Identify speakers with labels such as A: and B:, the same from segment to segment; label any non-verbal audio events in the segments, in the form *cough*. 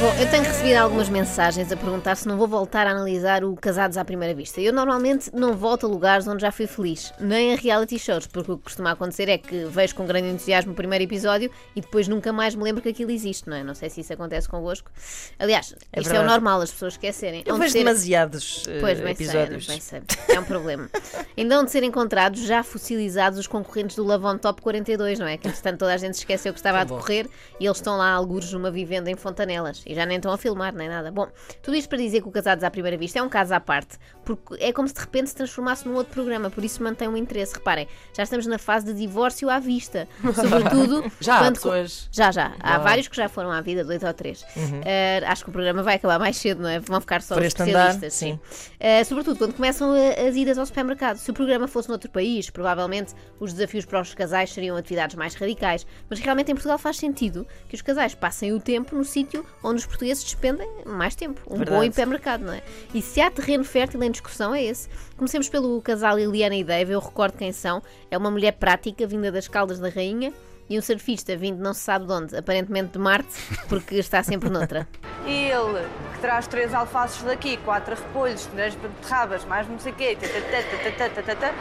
A: Bom,
B: é
A: eu tenho recebido algumas mensagens a perguntar se não vou voltar a analisar o Casados à Primeira Vista. Eu normalmente não volto a lugares onde já fui feliz, nem a reality shows, porque o que costuma acontecer é que vejo com grande entusiasmo o primeiro episódio e depois nunca mais me lembro que aquilo existe, não é? Não sei se isso acontece convosco. Aliás,
B: É
A: isto é o
B: verdade.
A: normal, as pessoas esquecerem.
B: Eu
A: Hão de
B: vejo
A: ser-
B: demasiados eh,
A: Pois, bem
B: episódios.
A: sei, bem sei. É um problema. Ainda hão de ser encontrados já fossilizados os concorrentes do Lavon Top 42, não é? Que, entretanto, toda a gente se esqueceu que estava a decorrer e eles estão lá, algures, numa vivenda em Fontanelas. E já nem estão a filmar, nem nada. Bom, tudo isto para dizer que o Casados à Primeira Vista é um caso à parte, porque é como se de repente se transformasse num outro programa, por isso mantém um interesse. Reparem, já estamos na fase de divórcio à vista. Sobretudo
C: Já há
A: quando...
C: pessoas-
A: Já, já. Há vários que já foram à vida, dois ou três. Eh, acho que o programa vai acabar mais cedo, não é? Vão ficar só
B: Por
A: os
B: este andar,
A: especialistas. sim. Uh, sobretudo quando começam a- as idas ao supermercado. Se o programa fosse noutro país, provavelmente os desafios para os casais seriam atividades mais radicais. Mas realmente em Portugal faz sentido que os casais passem o tempo no sítio onde os portugueses despendem mais tempo. Um bom
B: Verdade.
A: hipermercado, não é? E se há terreno fértil em discussão, é esse. Comecemos pelo casal Liliana e Dave, eu recordo quem são. É uma mulher prática vinda das Caldas da Rainha. E um surfista vindo não se sabe de onde, aparentemente de Marte, porque está sempre noutra.
D: E ele, que traz três alfaces daqui, quatro repolhos, três beterrabas, mais não sei o quê, tatatá, tatatá, tatatá.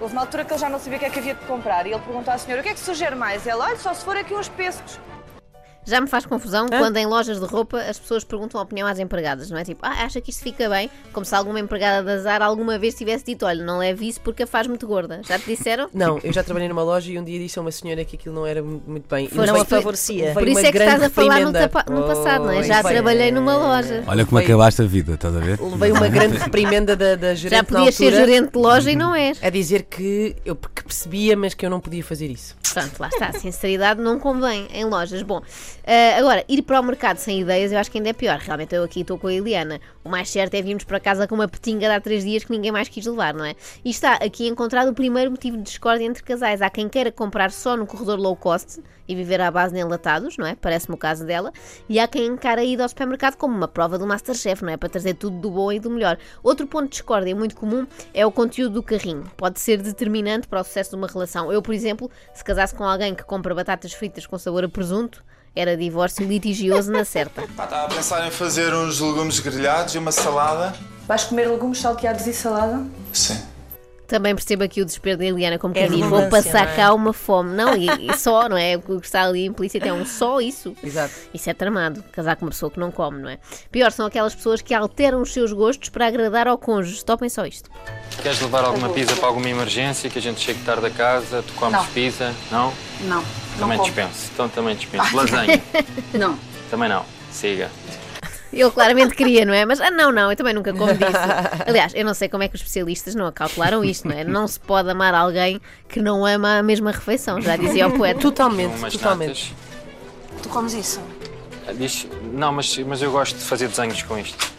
D: Houve uma altura que ele já não sabia o que é que havia de comprar e ele perguntou à senhora o que é que sugere mais. Ela, olha, só se for aqui uns pêssegos.
A: Já me faz confusão quando em lojas de roupa as pessoas perguntam a opinião às empregadas, não é? Tipo, ah, acha que isto fica bem? Como se alguma empregada de azar alguma vez tivesse dito, olha, não leve isso porque a faz muito gorda. Já te disseram?
C: Não, eu já trabalhei numa loja e um dia disse a uma senhora que aquilo não era mu- muito bem. E
A: Foram
C: veio-
A: a
B: favorecia.
C: veio
A: Por isso
C: uma
A: é que estás
C: grande
A: a falar no,
C: reprimenda.
A: tapa- no passado, não é?
C: Pois
A: Já
C: bem.
A: trabalhei numa loja.
E: Olha como
C: Veio-
E: acabaste a vida, estás a ver?
C: Levei uma grande reprimenda da, da gerente
A: Já
C: na
A: podias ser
C: altura
A: gerente de loja e não és.
C: a dizer que eu que percebia, mas que eu não podia fazer isso.
A: Portanto, lá está, sinceridade não convém em lojas. Bom, ah, agora, ir para o mercado sem ideias eu acho que ainda é pior. Realmente eu aqui estou com a Eliana. O mais certo é virmos para casa com uma petinga de há três dias que ninguém mais quis levar, não é? E está aqui encontrado o primeiro motivo de discórdia entre casais. Há quem queira comprar só no corredor low cost e viver à base de enlatados, não é? Parece-me o caso dela. E há quem encara a ida ao supermercado como uma prova do Masterchef, não é? Para trazer tudo do bom e do melhor. Outro ponto de discórdia muito comum é o conteúdo do carrinho. Pode ser determinante para o sucesso de uma relação. Eu, por exemplo, se casasse com alguém que compra batatas fritas com sabor a presunto, era divórcio litigioso na certa.
F: Pá, estava Tá a pensar em fazer uns legumes grelhados e uma salada.
D: Vais comer legumes salteados e salada?
F: Sim.
A: Também percebo aqui o desespero da Eliana, como que
B: É
A: diz, vou
B: redundância,
A: passar
B: não é?
A: cá uma fome. Não, e, e só, não é? O que está ali implícito é um só isso.
C: Exato.
A: Isso é tramado, casar com uma pessoa que não come, não é? Pior são aquelas pessoas que alteram os seus gostos para agradar ao cônjuge. Topem só isto.
G: Queres levar alguma pizza para alguma emergência que a gente chegue tarde a casa? Tu comes
D: Não.
G: pizza? Não?
D: Não,
G: Também dispenso. Então também dispenso. Lasanha?
D: *laughs* Não.
G: também não. Siga.
A: Ele claramente queria, não é? Mas ah, não, não, eu também nunca como disso.
B: *laughs*
A: Aliás, eu não sei como é que os especialistas não acalcularam isto, não é? Não se pode amar alguém que não ama a mesma refeição, já dizia o poeta.
C: Totalmente,
G: Umas
C: totalmente.
G: natas.
D: Tu comes isso?
G: Ah, Diz, não, mas, mas eu gosto de fazer desenhos com isto.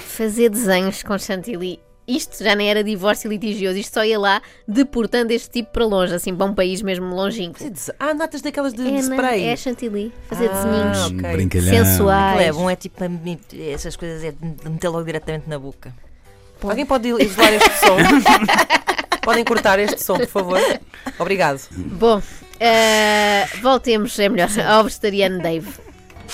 A: Fazer desenhos com chantilly. Isto já nem era divórcio litigioso, isto só ia lá deportando este tipo para longe, assim, para um país mesmo longínquo.
C: Ah, natas daquelas de, de
A: É, não,
C: spray.
A: é chantilly, fazer
C: Ah,
A: desenhinhos
C: ok.
E: Brincalhão.
A: sensuais.
B: Aquilo é bom, é tipo a me- essas coisas é de meter logo diretamente na boca.
C: Alguém pode isolar este
A: *laughs*
C: som? Podem cortar este som, por favor? Obrigado.
A: Bom, eh, voltemos, é melhor, *laughs* ao vegetariano Dave.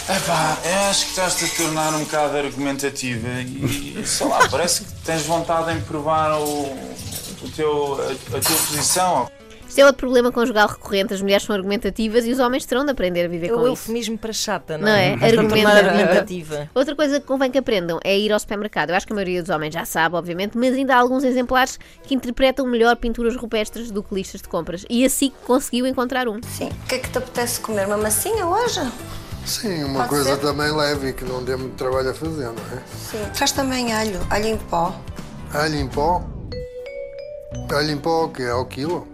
F: Epá, eu É acho que estás-te a tornar um bocado argumentativa e, e, sei lá, parece que tens vontade em provar o, o teu, a, a tua posição.
A: Isto é outro problema conjugal recorrente. As mulheres são argumentativas e os homens terão de aprender a viver
B: É o
A: com isso.
B: eufemismo para chata, não,
A: Não é?
B: Para tornar
A: Argumenta.
B: argumentativa.
A: Outra coisa que convém que aprendam é ir ao supermercado. Eu acho que a maioria dos homens já sabe, obviamente, mas ainda há alguns exemplares que interpretam melhor pinturas rupestres do que listas de compras. E assim conseguiu encontrar um.
H: Sim. O que é que te apetece comer? Uma massinha hoje?
I: Sim, uma
H: Pode
I: coisa
H: ser?
I: também leve e que não dê muito trabalho a fazer, não é?
H: Sim. Traz também alho, alho em pó.
I: Alho em pó. Alho em pó, o quê? Ao quilo?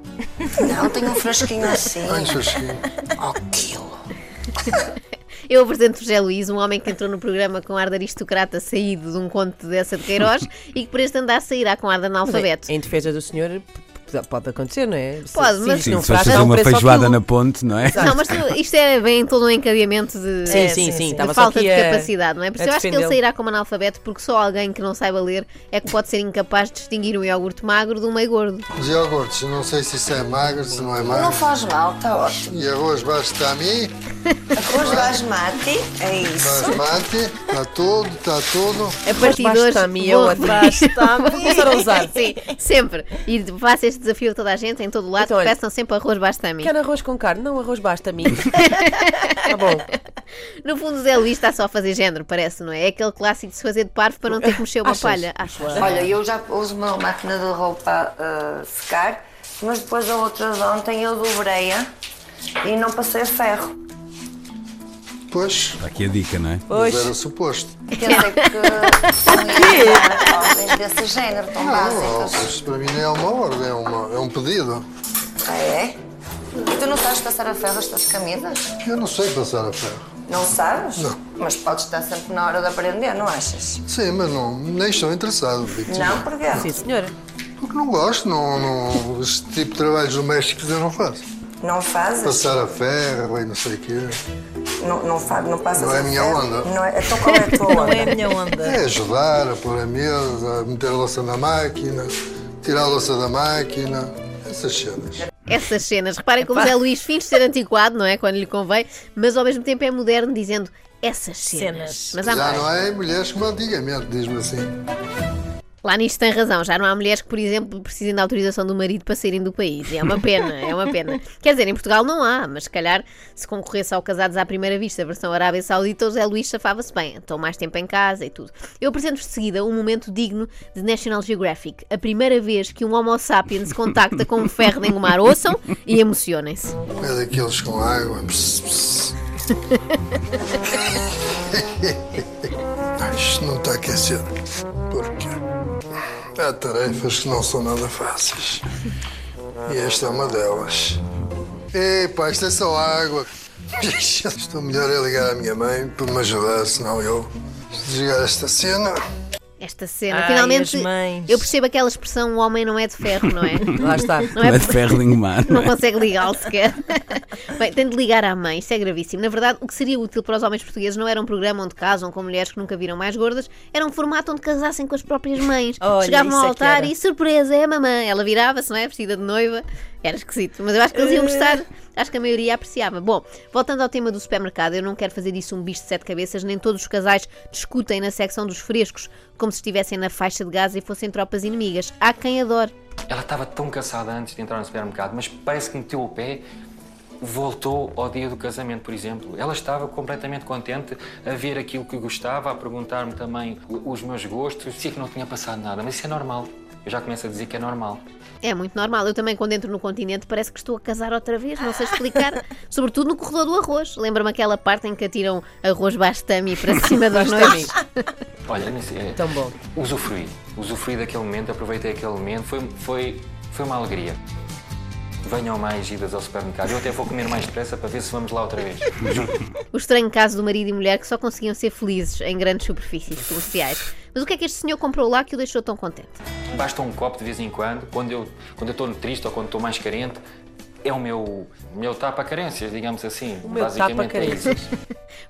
H: Não, tem um fresquinho assim.
I: Ai, chasquinho.
H: Ao quilo.
A: Eu apresento o José Luís, um homem que entrou no programa com ar de aristocrata saído de um conto dessa de Queiroz e que por este andar sairá com ar de analfabeto.
C: Em defesa do senhor, p- p- pode acontecer, não é? Se-
A: Pode,
C: se
A: mas-
C: isto
A: Sim,
C: não
E: se vais
C: faz,
E: fazer
C: dá um
E: uma
C: preço ao
E: feijoada
C: quilo.
E: na ponte, não é?
A: Não, mas tu- isto é bem todo um encadeamento de,
C: Sim,
A: é,
C: sim,
B: sim,
C: sim,
B: sim.
A: de
C: estava só
A: falta
C: aqui
A: de
C: a-
A: capacidade, não é? Por isso eu
C: a
A: acho que ele
C: defendê-lo.
A: sairá como analfabeto porque só alguém que não saiba ler é que pode ser incapaz de distinguir um iogurte magro de um meio gordo.
I: Os iogurtes, não sei se isso é magro, se não é
H: Não
I: magro.
H: faz mal, está ótimo.
I: E arroz basta a mim.
H: Arroz basmati, é isso.
I: Basmati, tá tudo, tá tudo.
C: É
A: A partir de hoje.
C: basta-me, eu
A: vou-
C: atrás-me.
A: vou-
C: Começar a usar.
A: Sim, *laughs* sempre. E faço este desafio a toda a gente, em todo o lado,
C: Então, olha.
A: peçam sempre arroz bastami.
C: Quero arroz com carne. Não, arroz basta
A: *laughs*
C: a mim. tá bom.
A: No fundo, o Zé Luís está só a fazer género, parece, não é? É aquele clássico de se fazer de parvo para não ter que mexer uma
C: Achas?
A: palha. Acho.
H: Olha, eu já uso uma máquina de roupa ah, secar, mas depois a outra de ontem eu dobrei-a e não passei a ferro.
I: Pois,
E: Está aqui a dica, não é?
I: mas
C: Pois.
I: era suposto.
H: Pensei que não ia desse género, tão
I: Não,
H: básicos.
I: isto para mim não é uma ordem, é, uma- é um pedido.
H: Ah, é? E tu não sabes passar a ferro as tuas camisas?
I: Eu não sei passar a ferro.
H: Não sabes? Não. Mas podes estar sempre na hora de aprender, não achas?
I: Sim, mas não, nem estou interessado, digo
H: Não, porquê?
C: Sim, senhora.
I: Porque não gosto, não, não, esse tipo de trabalhos domésticos eu não faço.
H: Não fazes?
I: Passar a ferro e não sei o quê.
H: Não, não, fa não passas
I: Não é
H: a
I: a minha
H: ferro?
I: onda.
H: Não é? Então qual é a tua
B: Não é a
H: onda?
B: minha onda.
I: É ajudar a pôr a mesa, a meter a louça na máquina, tirar a louça da máquina, essas cenas.
A: Essas cenas. Reparem como o Zé Luís finge ser antiquado, não é? Quando lhe convém, mas ao mesmo tempo é moderno, dizendo essas cenas.
B: Cenas.
A: Mas há
I: Já
A: mais.
I: não é mulheres como antigamente, diz-me assim.
A: Lá nisto tem razão, já não há mulheres que, por exemplo, precisem da autorização do marido para saírem do país. E é uma pena, é uma pena. Quer dizer, em Portugal não há, mas se calhar se concorresse ao Casados à Primeira Vista, versão Arábia Saudita, o Zé Luís safava-se bem. Estão mais tempo em casa e tudo. Eu apresento-vos de seguida um momento digno de National Geographic. A primeira vez que um homo sapiens contacta com um ferro de engomar. Ouçam e emocionem-se.
I: É daqueles com água. Pss, pss. Ah, Isto não está aquecido. Porquê? Há tarefas que não são nada fáceis. E esta é uma delas. Epá, isto é só água. *laughs* Estou melhor é ligar à minha mãe para me ajudar, senão eu desligar esta cena.
A: Esta cena.
B: Ai,
A: Finalmente,
B: as mães.
A: eu percebo aquela expressão: o homem não é de ferro, não é?
C: Lá está.
A: Não
E: Não
A: é
E: é de ferro de
A: *laughs*
E: engomar.
A: Não
E: não é?
A: consegue ligá-lo sequer. *laughs* Bem, tem de ligar à mãe, isto é gravíssimo. Na verdade, o que seria útil para os homens portugueses não era um programa onde casam com mulheres que nunca viram mais gordas, era um formato onde casassem com as próprias mães.
B: Olha,
A: Chegavam ao
B: isso é que
A: altar
B: era.
A: e, surpresa, é a mamãe. Ela virava-se, não é? Vestida de noiva. Era esquisito, mas eu acho que
B: É.
A: eles iam gostar. Acho que a maioria apreciava. Bom, voltando ao tema do supermercado, eu não quero fazer disso um bicho de sete cabeças, nem todos os casais discutem na secção dos frescos, como se estivessem na faixa de Gaza e fossem tropas inimigas. Há quem adore.
G: Ela estava tão cansada antes de entrar no supermercado, mas parece que meteu o pé, voltou ao dia do casamento, por exemplo. Ela estava completamente contente a ver aquilo que gostava, a perguntar-me também o- os meus gostos. Dizia que não tinha passado nada, mas isso é normal. Eu já começo a dizer que é normal.
A: É muito normal. Eu também, quando entro no continente, parece que estou a casar outra vez, não sei explicar. Sobretudo no corredor do arroz. Lembra-me aquela parte em que atiram arroz bastami para cima dos noivos.
G: Olha, nem sei- é-
C: Tão bom.
G: usufruí. Usufruí daquele momento, aproveitei aquele momento. Foi, foi, foi uma alegria. Venham mais idas ao supermercado. Eu até vou comer mais depressa para ver se vamos lá outra vez.
A: O estranho caso do marido e mulher que só conseguiam ser felizes em grandes superfícies comerciais. Mas o que é que este senhor comprou lá que o deixou tão contente?
G: Basta um copo de vez em quando, quando eu quando eu estou triste ou quando estou mais carente, é o meu, meu tapa carências, digamos assim.
C: O meu
G: Basicamente é isso.
C: tapa-carências.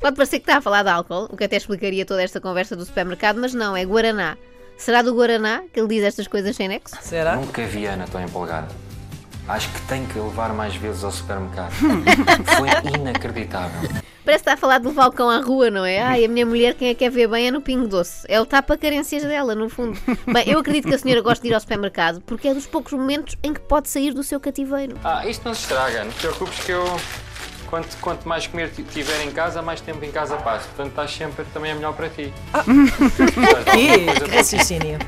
A: Pode parecer que está a falar de álcool, o que até explicaria toda esta conversa do supermercado, mas não, é Guaraná. Será do Guaraná que ele diz estas coisas sem nexo?
C: Será?
G: Nunca vi a Ana tão empolgada. Acho que tem que levar mais vezes
C: *laughs*
G: ao supermercado. Foi inacreditável.
A: Parece que está a falar de levar o cão à rua, não é? Ai, a minha mulher, quem a quer ver bem é no Pingo Doce. É o tapa carências dela, no fundo. Bem, eu acredito que a senhora gosta de ir ao supermercado porque é dos poucos momentos em que pode sair do seu cativeiro.
G: Ah, isto não se estraga, não te preocupes que eu. Quanto, quanto mais comer ti- tiver em casa, mais tempo em casa passo. Portanto, estás sempre também é melhor para ti.
B: Que raciocínio.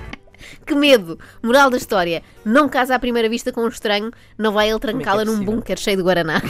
A: Que medo! Moral da história: não casa à primeira vista com um estranho, não vai ele trancá-la num
C: possível?
A: bunker cheio de Guaraná.